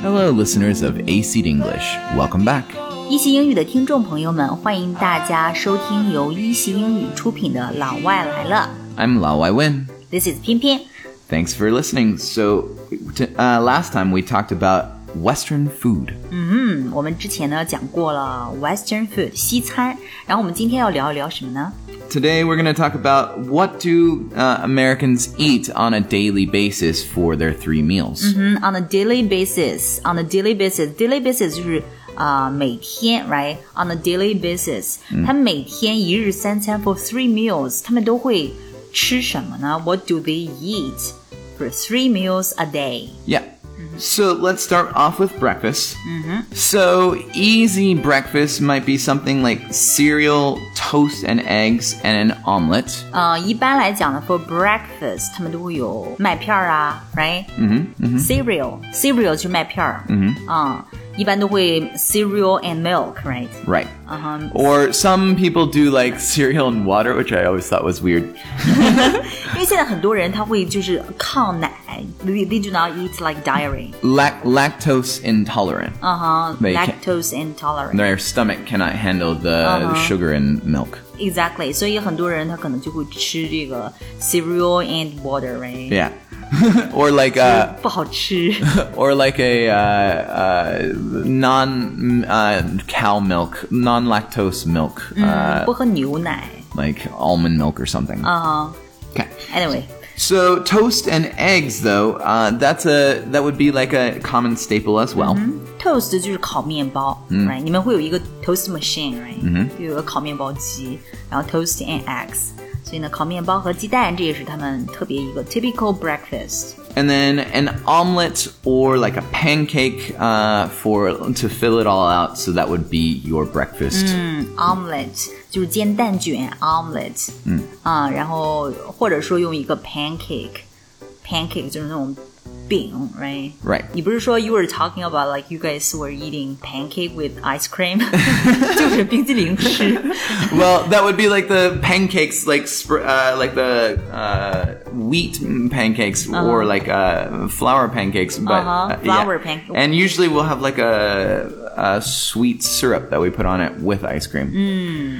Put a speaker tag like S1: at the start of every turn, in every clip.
S1: Hello, listeners of A Seed English. Welcome back.
S2: 一席英语的听众朋友们，欢迎大家收听由一席英语出品的《老外来了
S1: I'm Lao Wai Wen.》
S2: ，This is 偏偏。
S1: Thanks for listening. So, t- uh, last time we talked about Western food.
S2: 嗯，我们之前呢讲过了 Western food 西餐，然后我们今天要聊一聊什么呢？
S1: Today we're going to talk about what do uh, Americans eat on a daily basis for their three meals.
S2: 嗯，on a daily basis，on a daily basis，daily basis 就是啊、呃每天，right？on a daily basis，、他们每天一日三餐 for three meals，他们都会吃什么呢？What do they eat for three meals a day？
S1: Yeah. So let's start off with breakfast. So easy breakfast might be something like cereal, toast and eggs, and an omelet.
S2: 呃，一般来讲呢，for breakfast 他们都会有麦片儿啊，right？嗯哼，cereal cereal 就是麦片儿，嗯啊，一般都会 cereal and milk，right？
S1: Right.
S2: 嗯哼，
S1: Or some people do like cereal and water, which I always thought was weird.
S2: 因为现在很多人他会就是抗奶，they they do not eat like dairy，
S1: Lac- lactose intolerant.
S2: 嗯哼
S1: 没看
S2: ，lactose intolerant。
S1: Their stomach cannot handle the sugar in milk.
S2: Exactly，所以很多人他可能就会吃这个 cereal and water，right？
S1: Yeah. or like a
S2: 不好 吃。
S1: or like a uh, uh, non uh, cow milk, non lactose milk, uh,
S2: 不喝牛奶
S1: like almond milk or something.
S2: 啊、
S1: Okay.
S2: Anyway，
S1: So toast and eggs, though, uh, that's a that would be like a common staple as well.
S2: toast 就是烤面包、r i g h t 你们会有一个 toast machine，right？、就有个烤面包机，然后 toast and eggs。所以呢，烤面包和鸡蛋，这也是他们特别一个 typical breakfast。
S1: and then an omelet or like a pancake uh, for to fill it all out. So that would be your breakfast.
S2: omelet 就是煎蛋卷 omelet，嗯啊，然后或者说用一个 pancake，pancake 就是那种饼，right？
S1: Right.
S2: 你不是说 you were talking about like you guys were eating pancake with ice cream，就是冰激凌吃。
S1: Well, that would be like the pancakes, like sp- uh, like the uh, wheat pancakes or like uh, flour pancakes. But
S2: Uh-huh,
S1: uh, yeah.
S2: flour pancake.
S1: And usually we'll have like a, a sweet syrup that we put on it with ice cream.
S2: Hmm.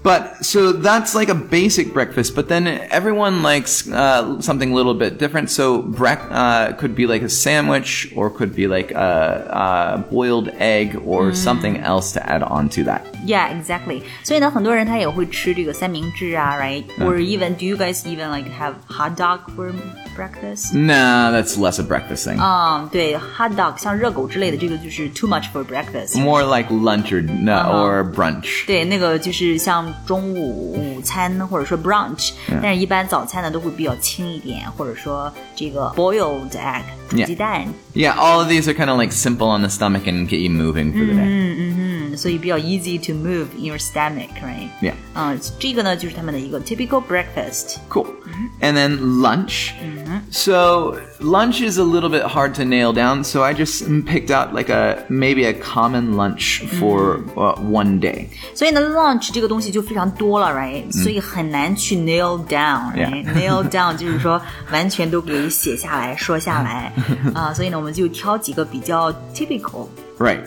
S1: But so that's like a basic breakfast, but then everyone likes uh, something a little bit different. So brac uh, could be like a sandwich, or could be like a, a boiled egg,
S2: Hmm.
S1: or something else to add on to that.
S2: Yeah, exactly. 所以呢，很多人他也会吃这个三明治啊，right? Or even do you guys even like have hot dog for breakfast?
S1: Nah, that's less a breakfast thing.
S2: 嗯、对，hot dog 像热狗之类的，这个就是 too much for breakfast。
S1: More like lunch or no, or brunch.
S2: 对，那个就是像中午午餐或者说 brunch，、但是一般早餐呢都会比较轻一点，或者说这个 boiled egg 煮
S1: Yeah.
S2: 鸡蛋
S1: Yeah, all of these are kind of like simple on the stomach and get you moving for the day.
S2: 嗯，所以比较 easy to move in your stomach，right？
S1: Yeah.
S2: 嗯、这个呢就是他们的一个 typical breakfast。
S1: Cool. And then lunch. So lunch is a little bit hard to nail down. So I just picked out like a maybe a common lunch for uh, one day.
S2: 所以呢，lunch 这个东西就非常多了，right？、所以很难去 nail
S1: Yeah.
S2: down，right？nail down 就是说完全都给写下来、说下来啊、所以呢，我们就挑几个比较 typical。
S1: Right.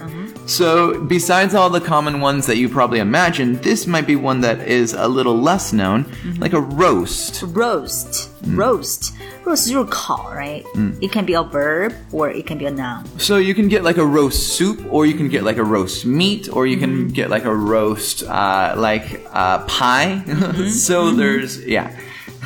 S1: So besides all the common ones that you probably imagine, this might be one that is a little less known, like a roast.
S2: roast roast roast 就是烤，right？嗯，it can be a verb or it can be a noun。
S1: So you can get like a roast soup, or you can get like a roast meat, or you
S2: Mm-hmm.
S1: can get like a roast uh, like uh, pie.
S2: Mm-hmm.
S1: so there's yeah,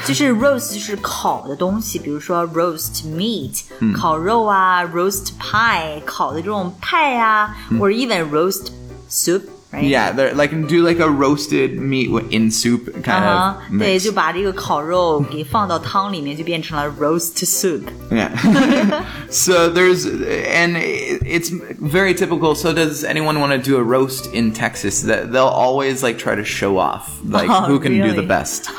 S2: 就是 roast 就是烤的东西，比如说 roast meat，、烤肉啊，roast pie，烤的这种派啊、o r even roast soup，right？
S1: yeah. There, like do like a roasted meat wi- in soup kind
S2: 啊
S1: of
S2: 对，
S1: mix.
S2: 就把这个烤肉给放到汤里面，就变成了 roast soup。
S1: Yeah. so there's and it- it's very typical. So does anyone want to do a roast in Texas? That they'll always like try to show off, like
S2: Oh,
S1: who can do
S2: really?
S1: the best.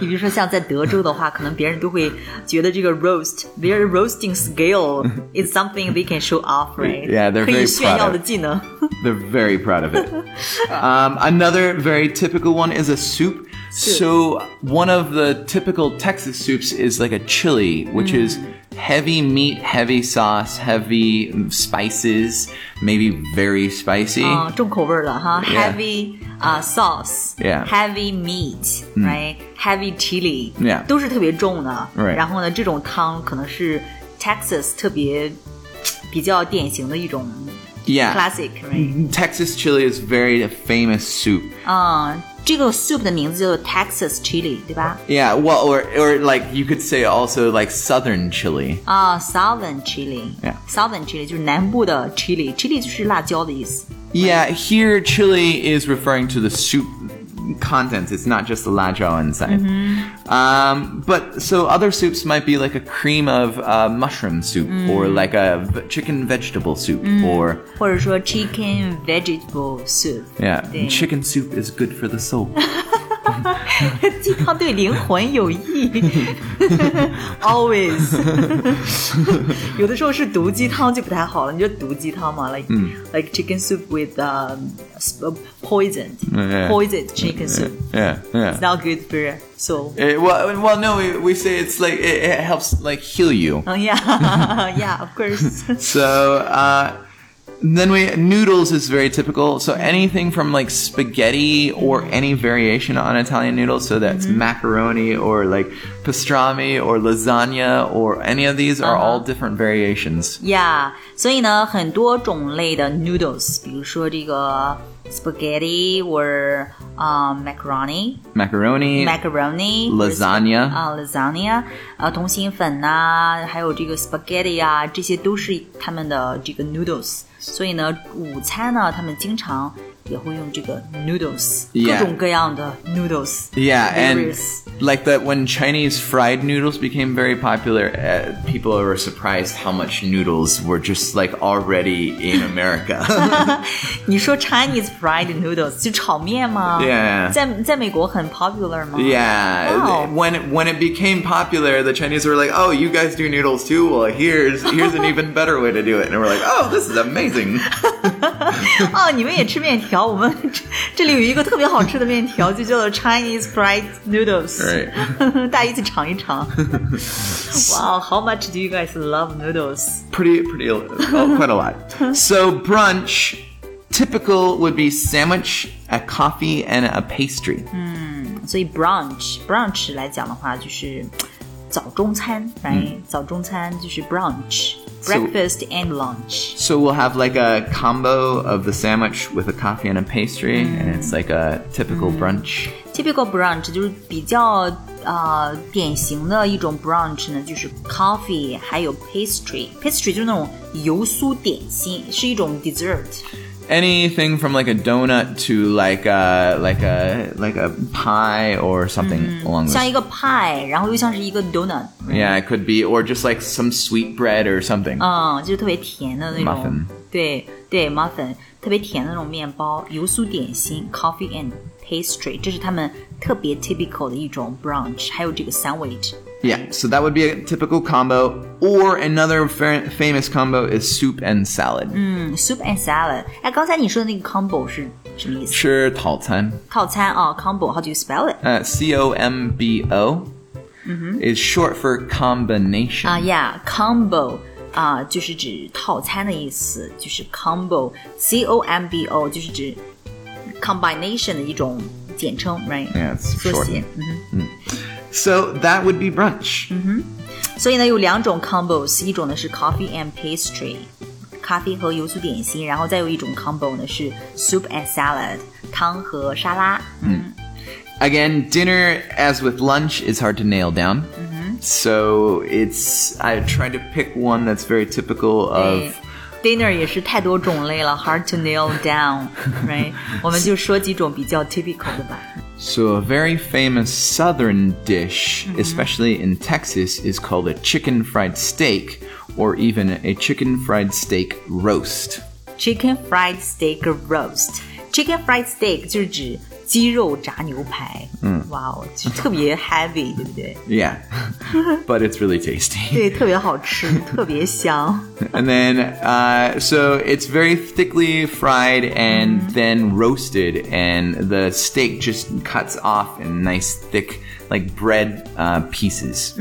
S2: 你比如说像在德州的话，可能别人都会觉得这个 roast，their roasting skill is something they can show off，right？
S1: Yeah, they're
S2: 可
S1: very
S2: 以炫耀
S1: proud
S2: 的技能。
S1: They're very proud of it. um, another very typical one is a soup. So one of the typical Texas soups is like a chili, which is heavy meat, heavy sauce, heavy spices, maybe very spicy.
S2: 啊、重口味儿了哈
S1: Yeah.
S2: heavy 啊、
S1: Yeah. 嗯
S2: sauce，heavy meat，right，heavy chili，
S1: Yeah.
S2: 都是特别重的。
S1: Right.
S2: 然后呢，这种汤可能是 Texas 特别比较典型的一种
S1: yeah.
S2: classic，right？
S1: Texas chili is very a famous soup.
S2: 啊、这个 soup 的名字叫做 Texas chili，对吧？
S1: Yeah, well, or or like you could say also like southern chili.
S2: 啊、s o u t h e r n chili，southern
S1: Yeah.
S2: chili 就是南部的 chili，chili 就是辣椒的意思。
S1: Yeah, here chili is referring to the soup contents. It's not just the lajao inside.
S2: Mm-hmm.
S1: Um, but so other soups might be like a cream of uh, mushroom soup
S2: Mm.
S1: or like a v- chicken vegetable soup or
S2: 或者说 chicken vegetable soup，
S1: yeah,
S2: 对
S1: chicken soup is good for the soul.
S2: 鸡汤对灵魂有益 ，always 。有的时候是毒鸡汤就不太好了，你就毒鸡汤嘛，like、like
S1: 嗯
S2: chicken soup with um, sp- poisoned
S1: Yeah.
S2: poisoned chicken soup.
S1: yeah, yeah.
S2: It's not good for soul.
S1: Eh, well, well, no, we, we say it's like it, it helps like heal you.
S2: Oh yeah, yeah, of course.
S1: So uh, then we noodles is very typical. So anything from like spaghetti or any variation on Italian noodles. So that's macaroni or like pastrami or lasagna or any of these are all different variations.
S2: Yeah，所以呢，很多种类的 noodles，比如说这个 spaghetti or 啊、macaroni、
S1: Macaroni,
S2: macaroni、
S1: 嗯 lasagna
S2: 啊 lasagna 啊通心粉呐、还有这个 spaghetti 啊，这些都是他们的这个 noodles。所以呢，午餐呢，他们经常也会用这个 noodles，
S1: Yeah
S2: 各种各样的 noodles。
S1: yeah, and
S2: various
S1: like that when Chinese fried noodles became very popular, uh, people were surprised how much noodles were just like already in America.
S2: 你说 Chinese fried noodles 就炒面吗
S1: Yeah
S2: 在在美国很 popular 吗
S1: Yeah,
S2: Oh, Wow.
S1: when when it became popular, the Chinese were like, "Oh, you guys do noodles too? Well, here's here's an even better way to do it." And we're like, "Oh, this is amazing!"
S2: 哦，你们也吃面条？我们 这这里有一个特别好吃的面条，就叫做 Chinese fried noodles，大家
S1: 哎
S2: 一起尝一尝。wow, how much do you guys love noodles?
S1: Pretty pretty oh, quite a lot. So brunch, typical would be sandwich, a coffee, and a pastry.
S2: 所以 brunch brunch 来讲的话，就是早中餐，来、早中餐就是 brunch。Breakfast and lunch，
S1: So we'll have like a combo of the sandwich with a coffee and a pastry, and it's like a typical brunch.
S2: typical brunch 就是比较呃典型的一种 brunch 呢，就是 coffee 还有 pastry。pastry 就是那种油酥点心，是一种 dessert。
S1: Anything from like a donut to like a like a like a pie or something along those
S2: 像一个 pie，然后又像是一个 donut，
S1: Yeah, it could be, or just like some sweet bread or something.
S2: 嗯，就是特别甜的那种。
S1: Muffin
S2: 对对，muffin 特别甜的那种面包，油酥点心，coffee and pastry，这是他们特别 typical 的一种 brunch，还有这个 sandwich。
S1: yeah, so that would be a typical combo. Or another fa- famous combo is soup and salad.
S2: 嗯，soup and salad。哎，刚才你说的那个 combo 是什么意思？
S1: Sure, taotan.
S2: 套餐啊，combo，how do you spell it？
S1: Uh, C O M B O is short for combination.
S2: 啊呀，combo 啊，就是指套餐的意思，就是 combo，c o m b o，就是指 combination 的一种简称，right？
S1: Yeah, it's
S2: 缩
S1: short.
S2: 写。嗯哼
S1: So that would be brunch.
S2: 所以呢，有两种 combos，一种呢是 coffee and pastry，咖啡和油酥点心，然后再有一种 combo 呢是 soup and salad，汤和沙拉。嗯
S1: Again, dinner, as with lunch, is hard to nail down. So it's, I tried to pick one that's very typical of.
S2: 对 Dinner 也是太多种类了，hard to nail down，right？我们就说几种比较 typical 的吧。
S1: So, a very famous southern dish, especially in Texas, is called a chicken fried steak or even a chicken fried steak roast.
S2: Chicken fried steak roast。Chicken fried steak 就是指鸡肉炸牛排，嗯，哇哦，就特别 heavy，对不对？
S1: Yeah, but it's really tasty.
S2: 对，特别好吃，特别香。
S1: And then, uh, so it's very thickly fried and then roasted, and the steak just cuts off in nice thick, like bread uh, pieces.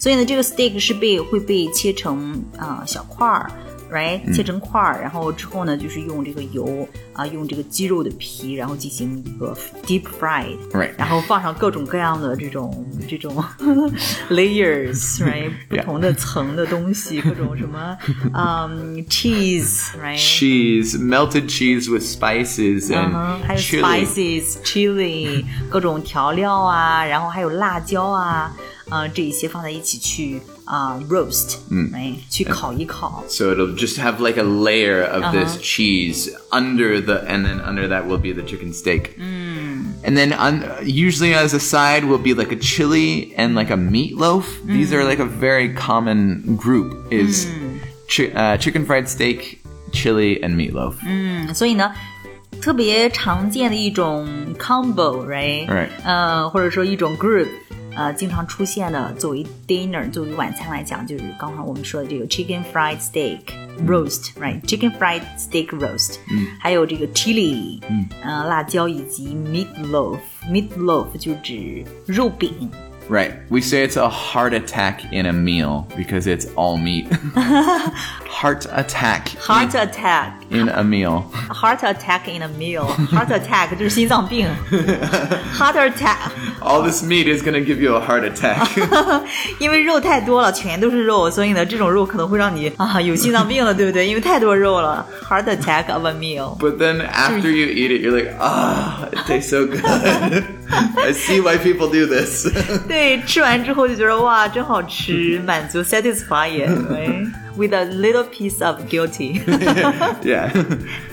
S2: 所以呢，这个 steak 是被会被切成啊、呃小块儿，right？、切
S1: 嗯
S2: 成块儿，然后之后呢，就是用这个油啊、用这个鸡肉的皮，然后进行一个 deep fried，、
S1: Right
S2: 然后放上各种各样的这种这种 layers，right？不
S1: Yeah
S2: 同的层的东西，各种什么嗯、cheese，right？
S1: Cheese, melted cheese with spices
S2: 嗯
S1: and
S2: 哼，还有
S1: chili.
S2: spices、chili 各种调料啊，然后还有辣椒啊，啊、这一些放在一起去啊、roast，嗯，哎，去烤一烤。
S1: So it'll just have like a layer of this cheese under the, and then under that will be the chicken steak. And then on, usually as a side will be like a chili and like a meatloaf. These are like a very common group is chi- uh, chicken fried steak, chili, and meatloaf.
S2: 所以呢，特别常见的一种 combo，right？
S1: Right
S2: 呃，或者说一种 group，呃，经常出现的，作为 dinner，作为晚餐来讲，就是刚刚我们说的这个 chicken fried steak roast，right？chicken fried steak roast，嗯，还有这个 chili，嗯，呃，辣椒以及 meatloaf，meatloaf 就指肉饼。
S1: Right. We say it's a heart attack in a meal because it's all meat. heart attack
S2: Heart attack，heart
S1: in a meal.
S2: attack in a meal，heart attack 就是心脏 病，heart attack。
S1: All this meat is going to give you a heart attack.
S2: 因为肉太多了，全都是肉，所以呢，这种肉可能会让你啊有心脏病了，对不对？因为太多肉了，heart attack of a meal。
S1: But then after you eat it, you're like, ah, it tastes so good. I see why people do this.
S2: 对，吃完之后就觉得哇，真好吃，满足 satisfied，哎，with a little piece of guilty，
S1: yeah.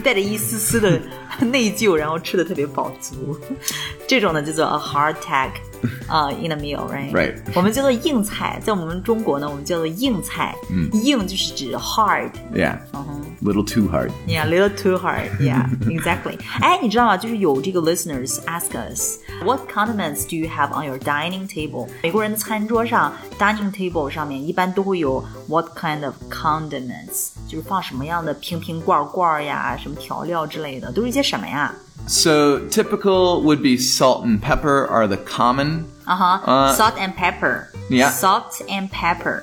S2: 带着一丝丝的内疚，然后吃的特别饱足，这种呢叫做 a heart attack。啊、i n a meal，right？
S1: Right
S2: 我们叫做硬菜，在我们中国呢，我们叫做硬菜。嗯，硬就是指 hard，嗯
S1: Yeah. Little too hard.
S2: Yeah, a little too hard. Yeah, exactly. 哎，你知道吗？就是有这个 listeners ask us, what condiments do you have on your dining table? 美国人的餐桌上 dining table 上面一般都会有 what kind of condiments，就是放什么样的瓶瓶罐罐呀，什么调料之类的，都是一些什么呀？
S1: So typical would be salt and pepper are the common.
S2: 啊哈、
S1: 呃
S2: s a l t and pepper.
S1: Yeah.
S2: Salt and pepper.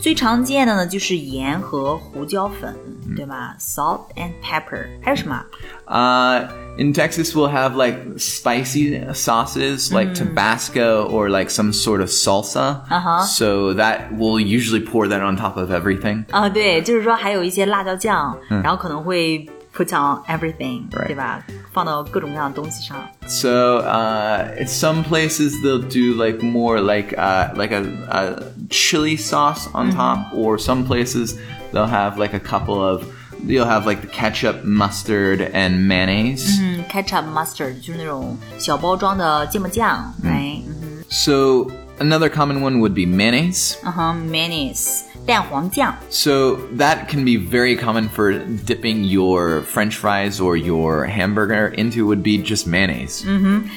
S2: 最常见的呢就是盐和胡椒粉，对吧？Salt and pepper. 还有什么？
S1: Uh, in Texas, we'll have like spicy sauces like Tabasco or like some sort of salsa.
S2: Uh-huh.
S1: So that we'll usually pour that on top of everything.
S2: 啊，对，就是说还有一些辣椒酱，然后可能会 put on everything，、
S1: Right
S2: 对吧？放到各种各样的东西上。
S1: So uh, some places they'll do like more like uh, like a, a chili sauce on top, or some places they'll have like a couple of you'll have like the ketchup, mustard, and mayonnaise.
S2: 嗯，ketchup mustard 就是那种小包装的芥末酱，哎、嗯，
S1: So another common one would be mayonnaise.
S2: 嗯哼，mayonnaise 蛋黄酱，
S1: So that can be very common for dipping your French fries or your hamburger into would be just mayonnaise.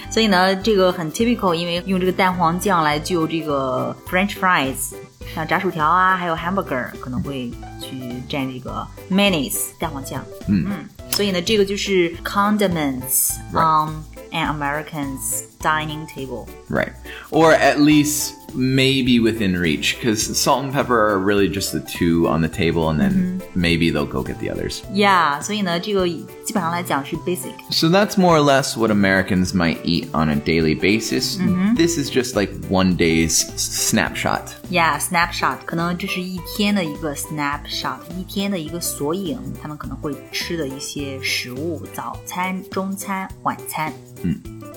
S2: 所以呢，这个很 typical，因为用这个蛋黄酱来就这个 French fries，像炸薯条啊，还有 hamburger 可能会去蘸这个 mayonnaise 蛋黄酱。嗯所以呢，这个就是 condiments on an American's dining table。
S1: Right. Or at least maybe within reach, because salt and pepper are really just the two on the table, and then maybe they'll go get the others.
S2: Yeah，所以呢，这个基本上来讲是 basic。
S1: So that's more or less what Americans might eat on a daily basis. This is just like one day's s- snapshot.
S2: Yeah，snapshot 可能这是一天的一个 snapshot，一天的一个索引，他们可能会吃的一些食物，早餐、中餐、晚餐。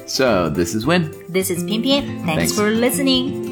S1: So this is Win.
S2: This is 偏偏，Thanks
S1: Thanks.
S2: for listening。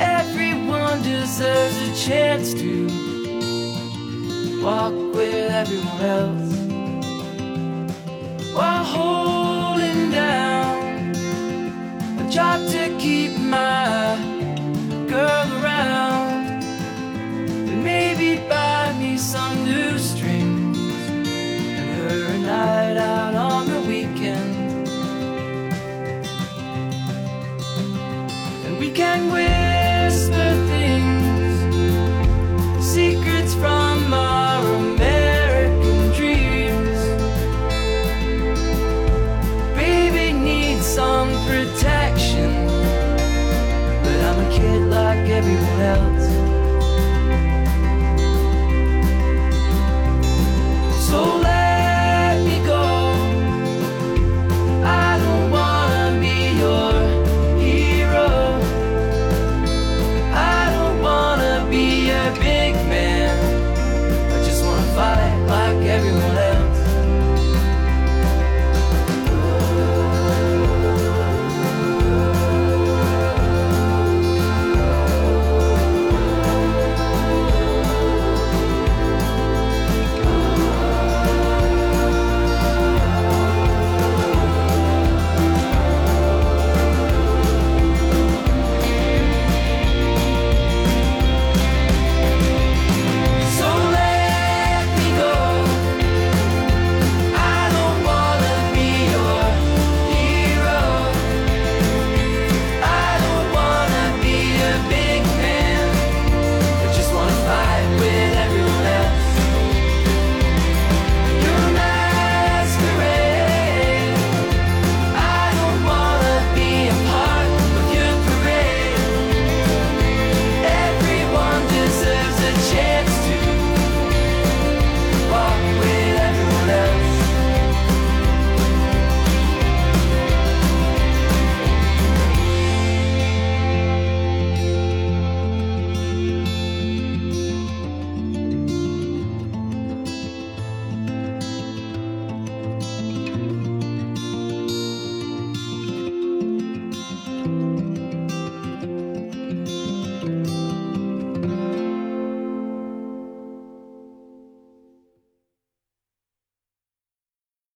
S3: Everyone deserves a chance to walk with everyone else while holding down a job to keep my girl around and maybe buy me some new strings and her a night out on the weekend. And we can whisper things, secrets from our American dreams. Baby needs some protection, but I'm a kid like everyone else. So let me go. I don't wanna be your hero. I don't wanna be a big man. I just wanna fight like everyone